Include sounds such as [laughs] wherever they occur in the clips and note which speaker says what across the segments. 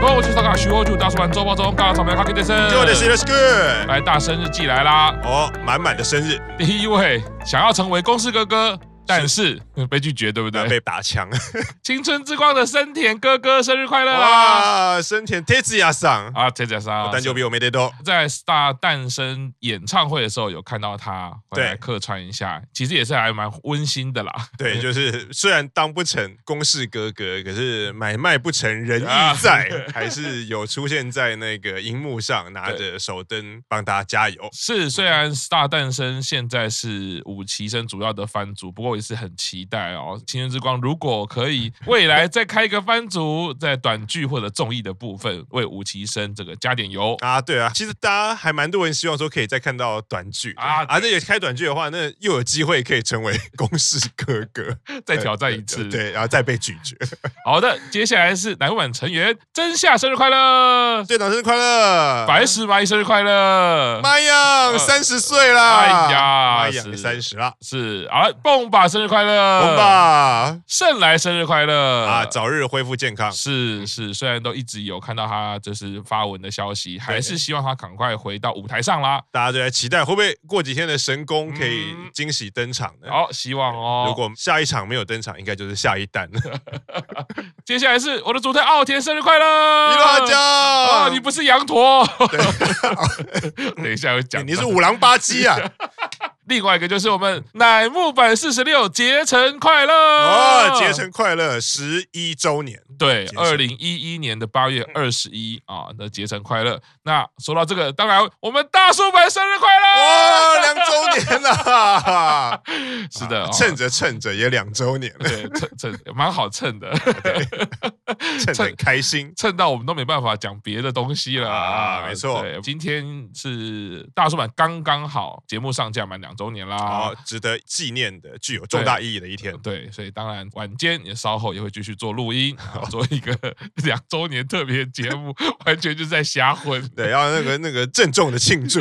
Speaker 1: 各位，我是大咖徐欧俊，大叔玩周报中，尬草莓咖啡先生。
Speaker 2: 今日的是 Let's Go，
Speaker 1: 来大生日季来啦！
Speaker 2: 哦，满满的生日，
Speaker 1: 第一位想要成为公司哥哥，但是被拒绝，对不
Speaker 2: 那
Speaker 1: 对？
Speaker 2: 呃啊被打枪。
Speaker 1: 青春之光的森田哥哥生日快
Speaker 2: [laughs]
Speaker 1: 乐啦！
Speaker 2: 哇，啊生田铁子亚上，
Speaker 1: 啊，铁甲莎，
Speaker 2: 哦但就比我没得多。
Speaker 1: 在大诞生演唱会的时候有看到他回来
Speaker 2: 对
Speaker 1: 客串一下，其实也是还蛮温馨的啦。
Speaker 2: 对，就是虽然当不成公式哥哥，可是买卖不成仁
Speaker 1: 啊
Speaker 2: 义在， [laughs] 还是有出现在那个荧幕上，拿着手灯帮大家加
Speaker 1: [laughs]
Speaker 2: 油。
Speaker 1: 是，虽然大诞生现在是五期生主要的番组，不过也是很期待哦。青春之光如果可
Speaker 2: [laughs]
Speaker 1: 以未来再开一个番组，在短剧或者综艺的部分为五期生这个加点油。
Speaker 2: 啊，对啊，其实大家还蛮多人希望说可以再看到短剧
Speaker 1: 啊
Speaker 2: 啊啊，那有开短剧的话，那又有机会可以成为公式哥哥，
Speaker 1: 再挑战一次
Speaker 2: 对，然后再被拒绝。 [laughs]
Speaker 1: 好的，接下来是南晚成员真夏生日快乐，
Speaker 2: 队长生日快乐，
Speaker 1: 白石麻衣生日快乐，
Speaker 2: 妈呀，三十岁啦！
Speaker 1: 呃哎呀
Speaker 2: 妈呀，
Speaker 1: 是呃
Speaker 2: 三十啦，
Speaker 1: 是啊，蹦吧生日快乐，
Speaker 2: 红吧！
Speaker 1: 盛来生日快乐
Speaker 2: 啊，早日恢复健康。嗯
Speaker 1: 是是，虽然都一直有看到他就是发文的消息，还
Speaker 2: 对
Speaker 1: 是希望他赶快回到舞台上啦。
Speaker 2: 大家都在期待，会不会过几天的神功可以
Speaker 1: 嗯
Speaker 2: 惊喜登场呢？
Speaker 1: 好，希望哦。
Speaker 2: 如果下一场没有登场，应该就是下一单。娱
Speaker 1: 接下来是我的主推傲天生日快
Speaker 2: [laughs]
Speaker 1: 乐，
Speaker 2: 乐家
Speaker 1: 啊，呃你不是羊驼。
Speaker 2: [laughs]
Speaker 1: 等一下有讲到，
Speaker 2: 你你是五郎八鸡
Speaker 1: [laughs]
Speaker 2: 啊！
Speaker 1: 另外一个就是我们乃木坂四十六结成快乐
Speaker 2: 哦，结成快乐十一周年，
Speaker 1: 对，
Speaker 2: 结成嗯
Speaker 1: 二零一一年的八月二十一啊，那结成快乐。那说到这个，当然我们大叔版生日快乐，
Speaker 2: 哇，两周年啦！
Speaker 1: [laughs] 是的，
Speaker 2: 啊
Speaker 1: 哦
Speaker 2: 趁着趁着也两周年
Speaker 1: [laughs]
Speaker 2: 了，
Speaker 1: 对，蹭蹭蛮好蹭的，
Speaker 2: 趁着很开心。
Speaker 1: 蹭到我们都没办法讲别的东西了
Speaker 2: 啊没错
Speaker 1: 对今天是大叔版刚刚好节目上架满两周年啦
Speaker 2: 好。，哦值得纪念的、具有重大意义的一天。
Speaker 1: 对，所以当然晚间也稍后也会继续做录音，啊做一个
Speaker 2: [laughs]
Speaker 1: 两周年特别节目，完全就是在瞎混。
Speaker 2: 对，要那个那个郑重的庆祝，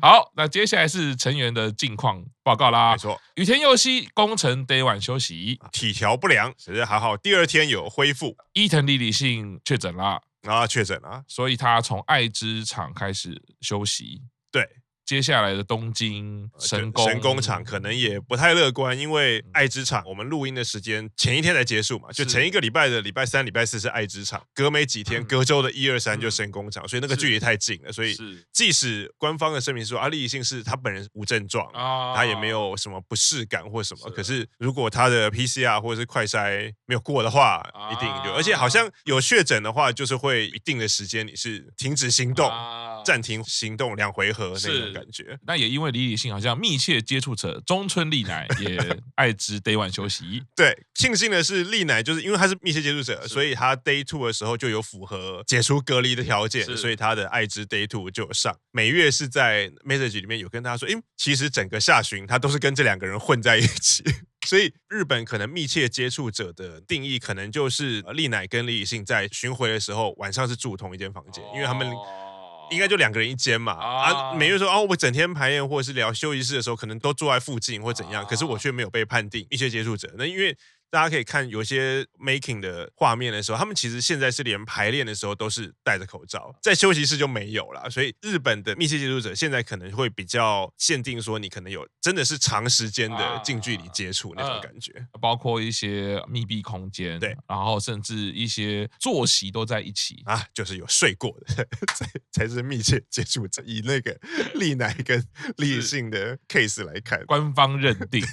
Speaker 1: 好，那接下来是成员的近况报告啦
Speaker 2: 没。错，
Speaker 1: 雨田佑希工程 day one 休息，
Speaker 2: 体调不良，只是还好，第二天有恢复，
Speaker 1: 伊藤莉莉杏确诊啦，
Speaker 2: 然后确诊啊，
Speaker 1: 所以他从爱知场开始休息。
Speaker 2: 对，呃
Speaker 1: 接下来的东京神嗯宫
Speaker 2: 神工厂可能也不太乐观，因为爱之场我们录音的时间前一天才结束嘛，就是前一个礼拜的礼拜三、礼拜四是爱之场，隔没几天，
Speaker 1: 嗯
Speaker 2: 隔周的一二三
Speaker 1: 嗯
Speaker 2: 就神工厂，所以那个
Speaker 1: 是
Speaker 2: 距离太近了，所以
Speaker 1: 是
Speaker 2: 即使官方的声明说啊阿丽一信是他本人无症状。
Speaker 1: 啊
Speaker 2: 他也没有什么不适感或什么，
Speaker 1: 是
Speaker 2: 可是如果他的 PCR 或者是快筛没有过的话，一定就而且
Speaker 1: 啊
Speaker 2: 好像有确诊的话，就是会一定的时间你是停止行动、
Speaker 1: 啊
Speaker 2: 暂停行动两回合那
Speaker 1: 是
Speaker 2: 种感觉。
Speaker 1: 那也因为李李信好像密切接触者中村丽
Speaker 2: [laughs]
Speaker 1: 乃也爱知 day one 休息，
Speaker 2: 对，庆幸的是，丽乃就是因为她是密切接触者，
Speaker 1: 是
Speaker 2: 所以她 day two 的时候就有符合解除隔离的条件
Speaker 1: 是，
Speaker 2: 所以她的爱知 day two 就有上。每月是在 message 里面有跟大家说，诶，其实整个下旬她都是跟这两个人混在一起。 [laughs] 所以日本可能密切接触者的定义，可能就是呃丽乃跟李以信在巡回的时候晚上是住同一间房间， [laughs] 因为他们
Speaker 1: 哦
Speaker 2: 应该就两个人一间嘛。
Speaker 1: 啊
Speaker 2: 啊，每月说啊，我整天排练或者是聊休息室的时候，可能都坐在附近或怎样，
Speaker 1: 啊
Speaker 2: 可是我却没有被判定密切接触者。那因为大家可以看有些 making 的画面的时候，他们其实现在是连排练的时候都是戴着口罩，在休息室就没有啦。所以日本的密切接触者现在可能会比较限定说，你可能有真的是长时间的
Speaker 1: 啊
Speaker 2: 近距离接触那
Speaker 1: 嗯
Speaker 2: 种感觉。
Speaker 1: 包括一些密闭空间，
Speaker 2: 对，
Speaker 1: 然后甚至一些作息都在一
Speaker 2: [laughs]
Speaker 1: 起。
Speaker 2: 啊，就是有睡过的 [laughs] 才才是密切接触者。以那个丽乃跟
Speaker 1: 是
Speaker 2: 丽性的 case 来看，
Speaker 1: 官方认定。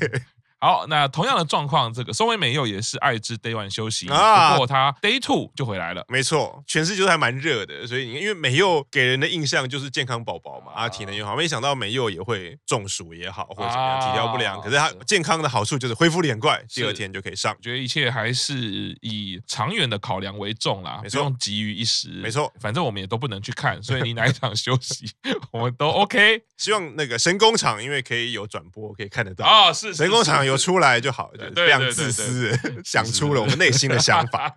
Speaker 1: 好，那同样的状况，这个松尾美佑也是爱知 day one 休息，
Speaker 2: 啊
Speaker 1: 不过他 day two 就回来了。
Speaker 2: 没错，全世界都还蛮热的，所以你因为美佑给人的印象就是健康宝宝嘛，
Speaker 1: 啊
Speaker 2: 啊，体能又好，没想到美佑也会中暑也好，或者怎么样，
Speaker 1: 啊
Speaker 2: 体调不良。可是他
Speaker 1: 是
Speaker 2: 健康的好处就是恢复脸怪，
Speaker 1: 是
Speaker 2: 第二天就可以上
Speaker 1: 我。觉得一切还是以长远的考量为重啦，不
Speaker 2: 没错
Speaker 1: 用急于一时。
Speaker 2: 没错，
Speaker 1: 反正我们也都不能去看，所以
Speaker 2: [laughs]
Speaker 1: 你哪一场休息，我们都 OK
Speaker 2: 希望那个神工厂，因为可以有转播，可以看得到。
Speaker 1: 啊、是是
Speaker 2: 神工厂
Speaker 1: 是
Speaker 2: 有出来就好，就是
Speaker 1: 对
Speaker 2: 非常
Speaker 1: 对对
Speaker 2: 自
Speaker 1: 对
Speaker 2: 私，想
Speaker 1: 是
Speaker 2: 出了我们内心的想法。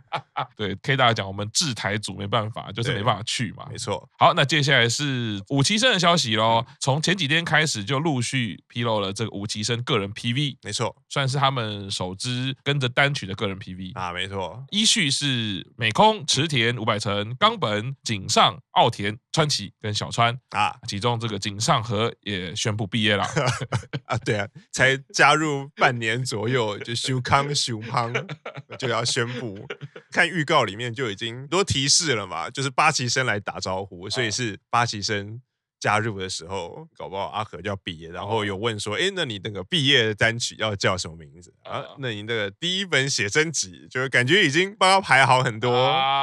Speaker 1: 对 K 大讲，我们制台组没办法，就是
Speaker 2: 对
Speaker 1: 没办法去嘛
Speaker 2: 没。错，
Speaker 1: 好，那接下来是武崎生的消息喽。从前几天开始就陆续披露了这个武崎生个人 PV，
Speaker 2: 没错
Speaker 1: 算是他们首支跟着单曲的个人 PV。
Speaker 2: 啊，没错，
Speaker 1: 依序是美空、池田、五百城、冈本、井上、奥田、川崎跟小川。
Speaker 2: 啊
Speaker 1: 其中这个井上和也宣布毕业
Speaker 2: [laughs]
Speaker 1: 了。
Speaker 2: 啊，对啊，才加入半年左右，就修康修康就要宣布。看预告里面就已经多提示了嘛，就是八旗生来打招呼，所以
Speaker 1: 嗯
Speaker 2: 是八旗生加入的时候，搞不好阿和就要毕业，然后
Speaker 1: 哦
Speaker 2: 有问说，哎，那你那个毕业单曲要叫什么名字啊
Speaker 1: 啊？
Speaker 2: 那你那个第一本写真集，就是感觉已经帮他排好很多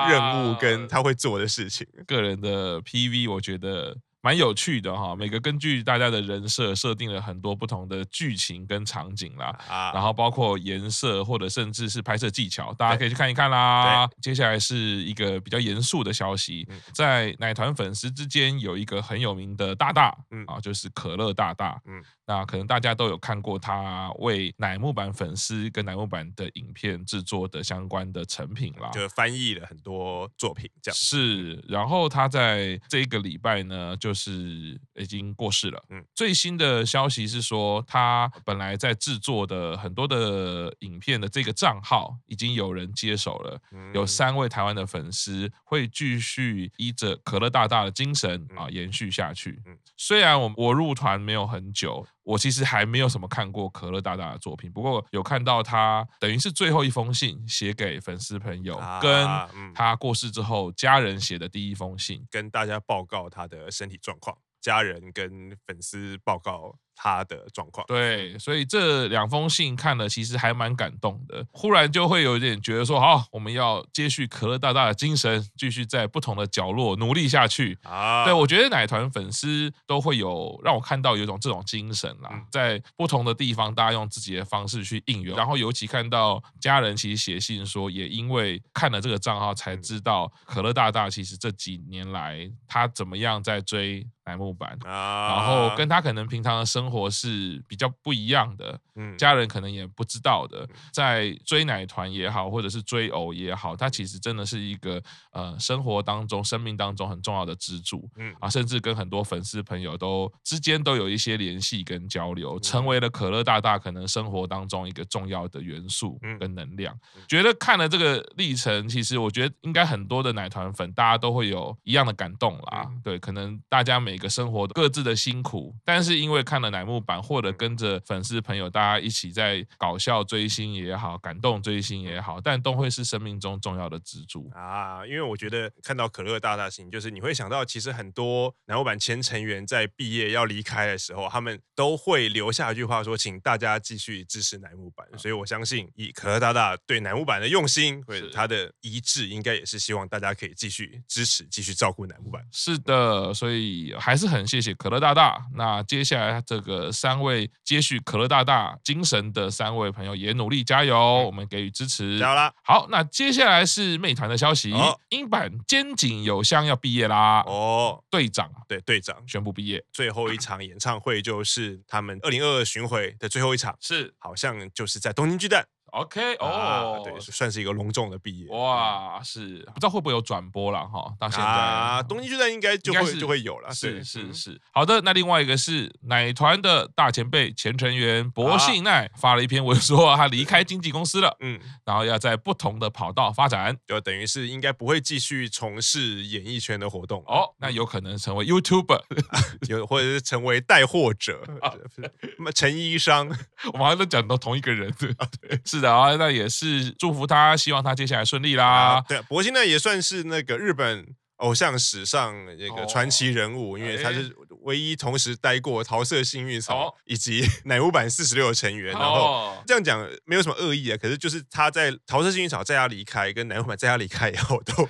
Speaker 2: 任务
Speaker 1: 啊
Speaker 2: 跟他会做的事情。
Speaker 1: 个人的 PV 我觉得蛮有趣的哈，每个根据大家的人设设定了很多不同的剧情跟场景啦。然
Speaker 2: 啊，
Speaker 1: 后包括颜色或者甚至是拍摄技巧，大家可以去看一看啦。接下来是一个比较严肃的消息
Speaker 2: 嗯，
Speaker 1: 在奶团粉丝之间有一个很有名的大大，
Speaker 2: 嗯
Speaker 1: 啊，就是可乐大大，
Speaker 2: 嗯
Speaker 1: 那可能大家都有看过他为乃木坂粉丝跟乃木坂的影片制作的相关的成品啦。
Speaker 2: 就翻译了很多作品，这样嗯
Speaker 1: 是，然后他在这一个礼拜呢，就是已经过世了。嗯
Speaker 2: 嗯，
Speaker 1: 最新的消息是说，他本来在制作的很多的影片的这个账号已经有人接手了，有
Speaker 2: 嗯
Speaker 1: 三位台湾的粉丝会继续依着可乐大大的精神啊延续下去
Speaker 2: 嗯。
Speaker 1: 虽然我我入团没有很久，我其实还没有什么看过可乐大大的作品，不过有看到他等于是最后一封信写给粉丝朋友，跟
Speaker 2: 啊嗯
Speaker 1: 他过世之后家人写的第一封信。
Speaker 2: 跟大家报告他的身体状况，家人跟粉丝报告他的状况。
Speaker 1: 对，所以这两封信看了，其实还蛮感动的。忽然就会有一点觉得说，好，我们要接续可乐大大的精神，继续在不同的角落努力下去。
Speaker 2: 啊，
Speaker 1: 对，我觉得奶团粉丝都会有让我看到有一种这种精神啦，
Speaker 2: 嗯
Speaker 1: 在不同的地方，大家用自己的方式去应援，然后尤其看到家人其实写信说，也因为看了这个账号
Speaker 2: 嗯
Speaker 1: 才知道可乐大大其实这几年来他怎么样在追乃木坂。
Speaker 2: 啊，
Speaker 1: 然后跟他可能平常的生活是比较不一样的，
Speaker 2: 嗯
Speaker 1: 家人可能也不知道的，在追奶团也好，或者是追偶也好，
Speaker 2: 嗯
Speaker 1: 它其实真的是一个呃生活当中、生命当中很重要的支柱
Speaker 2: 嗯
Speaker 1: 啊，甚至跟很多粉丝朋友都之间都有一些联系跟交
Speaker 2: 嗯
Speaker 1: 流，成为了可乐大大可能生活当中一个重要的元素
Speaker 2: 嗯
Speaker 1: 跟能量。觉得看了这个历程，其实我觉得应该很多的奶团粉，大家都会有一样的感动啦。
Speaker 2: 嗯
Speaker 1: 对，可能大家每个生活各自的辛苦，但是因为看了乃木坂，或者
Speaker 2: 嗯
Speaker 1: 跟着粉丝朋友大家一起在搞笑追星也好，感动追星也好，但都会是生命中重要的支柱。
Speaker 2: 啊，因为我觉得看到可乐大大型，就是你会想到，其实很多南欧版前成员在毕业要离开的时候，他们都会留下一句话说：“请大家继续支持南木版。”
Speaker 1: 嗯
Speaker 2: 所以我相信，以可乐大大对南木版的用心，或者
Speaker 1: 是
Speaker 2: 他的一致，应该也是希望大家可以继续支持、继续照顾南木版。
Speaker 1: 是的，所以还是很谢谢可乐大大。那接下来这个三位接续可乐大大精神的三位朋友也努力加油，我们给予支持。
Speaker 2: 加油啦！
Speaker 1: 好，那接下来是妹团的消息
Speaker 2: 哦，
Speaker 1: 英版肩井友香要毕业啦，
Speaker 2: 哦，
Speaker 1: 队长
Speaker 2: 对，队长
Speaker 1: 宣布毕业，
Speaker 2: 最后一场演唱会就是他们二零二二巡回的最后一场，
Speaker 1: 是
Speaker 2: 好像就是在东京巨蛋
Speaker 1: OK
Speaker 2: 啊
Speaker 1: 哦，
Speaker 2: 对，算是一个隆重的毕业。嗯
Speaker 1: 哇，是不知道会不会有转播了哈，到现在
Speaker 2: 啊，东京巨蛋应该就
Speaker 1: 应该
Speaker 2: 会
Speaker 1: 是
Speaker 2: 就会有了，啊对
Speaker 1: 是
Speaker 2: 嗯
Speaker 1: 是，是，好的。那另外一个是奶团的大前辈前成员博
Speaker 2: 啊
Speaker 1: 信奈发了一篇文说，啊他离开经纪公司了，
Speaker 2: 嗯，嗯
Speaker 1: 然后要在不同的跑道发展。
Speaker 2: 就等于是应该不会继续从事演艺圈的活动哦，
Speaker 1: 哦，那有可能成为 YouTuber， [laughs]
Speaker 2: 有或者是成为带货者
Speaker 1: 啊，
Speaker 2: 什么陈医生
Speaker 1: 我们好像都讲到同一个人，对， [laughs] 是的啊，那也是祝福他，希望他接下来顺利
Speaker 2: 啊，
Speaker 1: 啦。
Speaker 2: 对，博鑫呢也算是那个日本。偶像史上这个
Speaker 1: 哦哎
Speaker 2: 传奇人物，因为他是唯一同时待过桃色幸运
Speaker 1: 哦
Speaker 2: 草以及 [laughs] 乃木坂四十六成员，然后
Speaker 1: 哦，
Speaker 2: 这样讲没有什么恶意啊，可是就是他在《桃色幸运草》在他离开跟南木坂在他离开以后都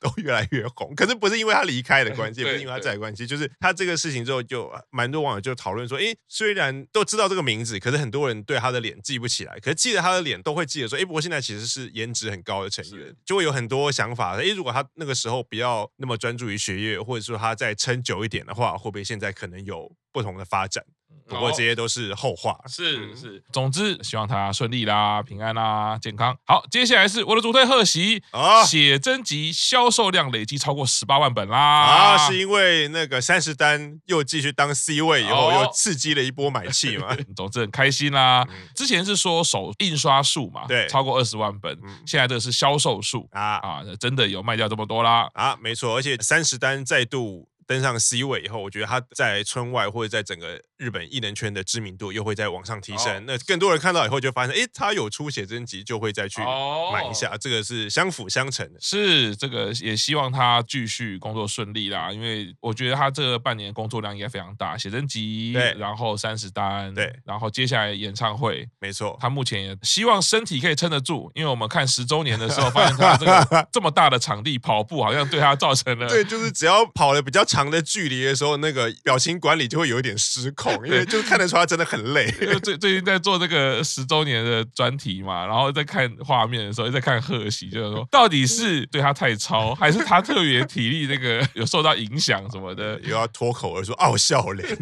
Speaker 2: 都越来越红，可是不是因为他离开的关系，也不
Speaker 1: 对
Speaker 2: 是因为他在的关系，就是他这个事情之后就蛮多网友就讨论说，诶，虽然都知道这个名字，可是很多人对他的脸记不起来，可是记得他的脸都会记得说，诶，不过现在其实是颜值很高的成员
Speaker 1: 是，
Speaker 2: 就会有很多想法，诶，如果他那个时候不要那么专注于学业，或者说他再撑久一点的话，会不会现在可能有不同的发展？不
Speaker 1: 哦
Speaker 2: 过这些都是后话。
Speaker 1: 是
Speaker 2: 嗯
Speaker 1: 是，总之希望他顺利啦、平安啦、健康。好，接下来是我的主推贺喜
Speaker 2: 啊
Speaker 1: 写真集销售量累计超过十八万本啦！
Speaker 2: 啊，是因为那个三十单又继续当 C 位以后，
Speaker 1: 哦
Speaker 2: 又刺激了一波买气嘛。
Speaker 1: [laughs] 总之很开心啦
Speaker 2: 嗯。
Speaker 1: 之前是说手印刷数嘛，
Speaker 2: 对
Speaker 1: 超过二十万本
Speaker 2: 嗯，
Speaker 1: 现在这个是销售数
Speaker 2: 啊
Speaker 1: 啊，那真的有卖掉这么多啦。
Speaker 2: 啊，没错，而且三十单再度登上 C 位以后，我觉得他在村外或者在整个日本艺能圈的知名度又会再往上提升。
Speaker 1: 哦
Speaker 2: 那更多人看到以后就发现，诶，他有出写真集，就会再去
Speaker 1: 哦
Speaker 2: 买一下，这个是相辅相成的。
Speaker 1: 是这个，也希望他继续工作顺利啦，因为我觉得他这半年工作量应该非常大，写真集
Speaker 2: 对，
Speaker 1: 然后三十单，
Speaker 2: 对，
Speaker 1: 然后接下来演唱会，
Speaker 2: 没错，
Speaker 1: 他目前也希望身体可以撑得住，因为我们看十周年的时候，发现他这
Speaker 2: [laughs]
Speaker 1: 个这么大的场地跑步，好像对他造成了
Speaker 2: 对，就是只要跑了比较长的距离的时候，那个表情管理就会有一点失
Speaker 1: [laughs]
Speaker 2: 控，因为就是看得出他真的很累。
Speaker 1: 因为最最近在做这个十周年的专题嘛，然后在看画面的时候，在看贺喜，就是说到底是对他太超，还是他特别体力那个有受到影响什么的？
Speaker 2: 又要脱口而出傲笑脸。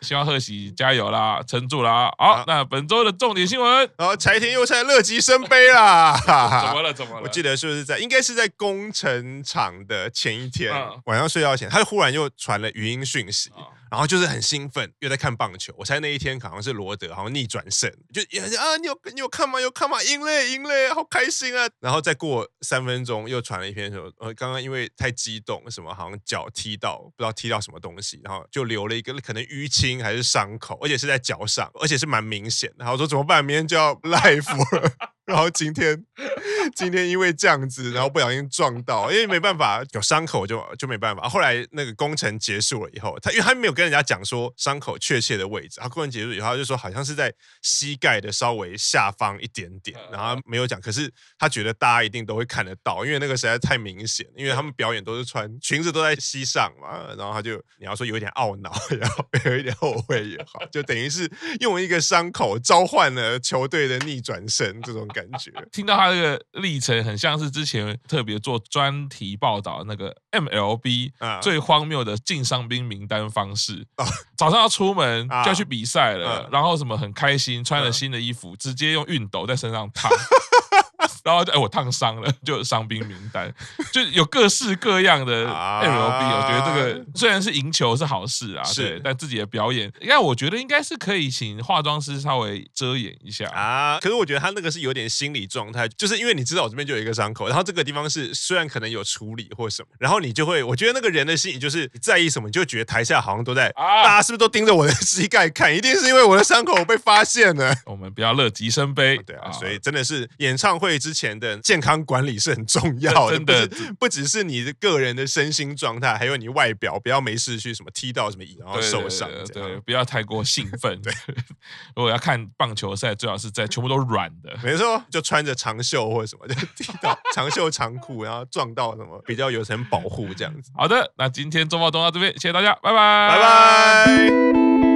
Speaker 1: 希望贺喜加油啦，撑住啦！好
Speaker 2: 好，
Speaker 1: 那本周的重点新闻
Speaker 2: 然后柴田佑菜乐极生悲啦！
Speaker 1: [laughs] 怎么了？怎么了？
Speaker 2: 我记
Speaker 1: 得
Speaker 2: 得是不是在应该是在工程厂的前一天、
Speaker 1: 嗯
Speaker 2: 晚上睡觉前，他忽然又传了语音讯息，
Speaker 1: 啊
Speaker 2: 然后就是很兴奋，又在看棒球。我猜那一天好像是罗德好像逆转胜，就也很啊，你有你有看吗？有看吗？赢了赢了，好开心啊！然后再过三分钟又传了一篇什么，呃，刚刚因为太激动，什么好像脚踢到不知道踢到什么东西，然后就留了一个可能淤青还是伤口，而且是在脚上，而且是蛮明显的。然后我说怎么办？明天就要 [laughs] live 了。然后今天，今天因为这样子，然后不小心撞到，因为没办法有伤口就就没办法。后来那个工程结束了以后，他因为他没有跟人家讲说伤口确切的位置，他工程结束以后他就说好像是在膝盖的稍微下方一点点，然后他没有讲。可是他觉得大家一定都会看得到，因为那个实在太明显，因为他们表演都是穿裙子都在膝上嘛，然后他就你要说有一点懊恼，然后有一点后悔也好，就等于是用一个伤口召唤了球队的逆转胜这种感觉。
Speaker 1: 听到他这个历程，很像是之前特别做专题报道那个 MLB
Speaker 2: 啊
Speaker 1: 最荒谬的进伤兵名单方式。 [laughs] 早上要出门就
Speaker 2: 啊
Speaker 1: 要去比赛了
Speaker 2: 嗯，
Speaker 1: 然后什么很开心，穿了
Speaker 2: 嗯
Speaker 1: 新的衣服，直接用熨斗在身上烫。 [laughs] 然后就哎，我烫伤了，就有伤兵名单， [laughs] 就有各式各样的 MLB，、
Speaker 2: 啊
Speaker 1: 我觉得这个虽然是赢球是好事啊，
Speaker 2: 是
Speaker 1: 对，但自己的表演，但我觉得应该是可以请化妆师稍微遮掩一下
Speaker 2: 啊！可是我觉得他那个是有点心理状态，就是因为你知道我这边就有一个伤口，然后这个地方是虽然可能有处理或什么，然后你就会，我觉得那个人的心理就是你在意什么，你就觉得台下好像都在，
Speaker 1: 啊
Speaker 2: 大家是不是都盯着我的 [laughs] 膝盖看？一定是因为我的伤口被发现了。
Speaker 1: 我们不要乐极生悲。
Speaker 2: 对啊，所以真的是演唱会之前的健康管理是
Speaker 1: [laughs]
Speaker 2: 很重要的，
Speaker 1: 真的
Speaker 2: 不是不只是你的个人的身心状态，还有你外表，不要没事去什么踢到什么椅，然后
Speaker 1: 对对
Speaker 2: 哦受伤
Speaker 1: 对
Speaker 2: 这
Speaker 1: 对，
Speaker 2: 样。
Speaker 1: 不要太过兴
Speaker 2: [laughs]
Speaker 1: 奋。对， [laughs] 如果要看棒球赛，最好是在全部都软的。
Speaker 2: 没错，就穿着长袖或者什么，就踢到长袖长裤，然后撞到什么比较有层保护这样子。
Speaker 1: 好的，那今天周报东到这边，谢谢大家，拜拜，
Speaker 2: 拜拜。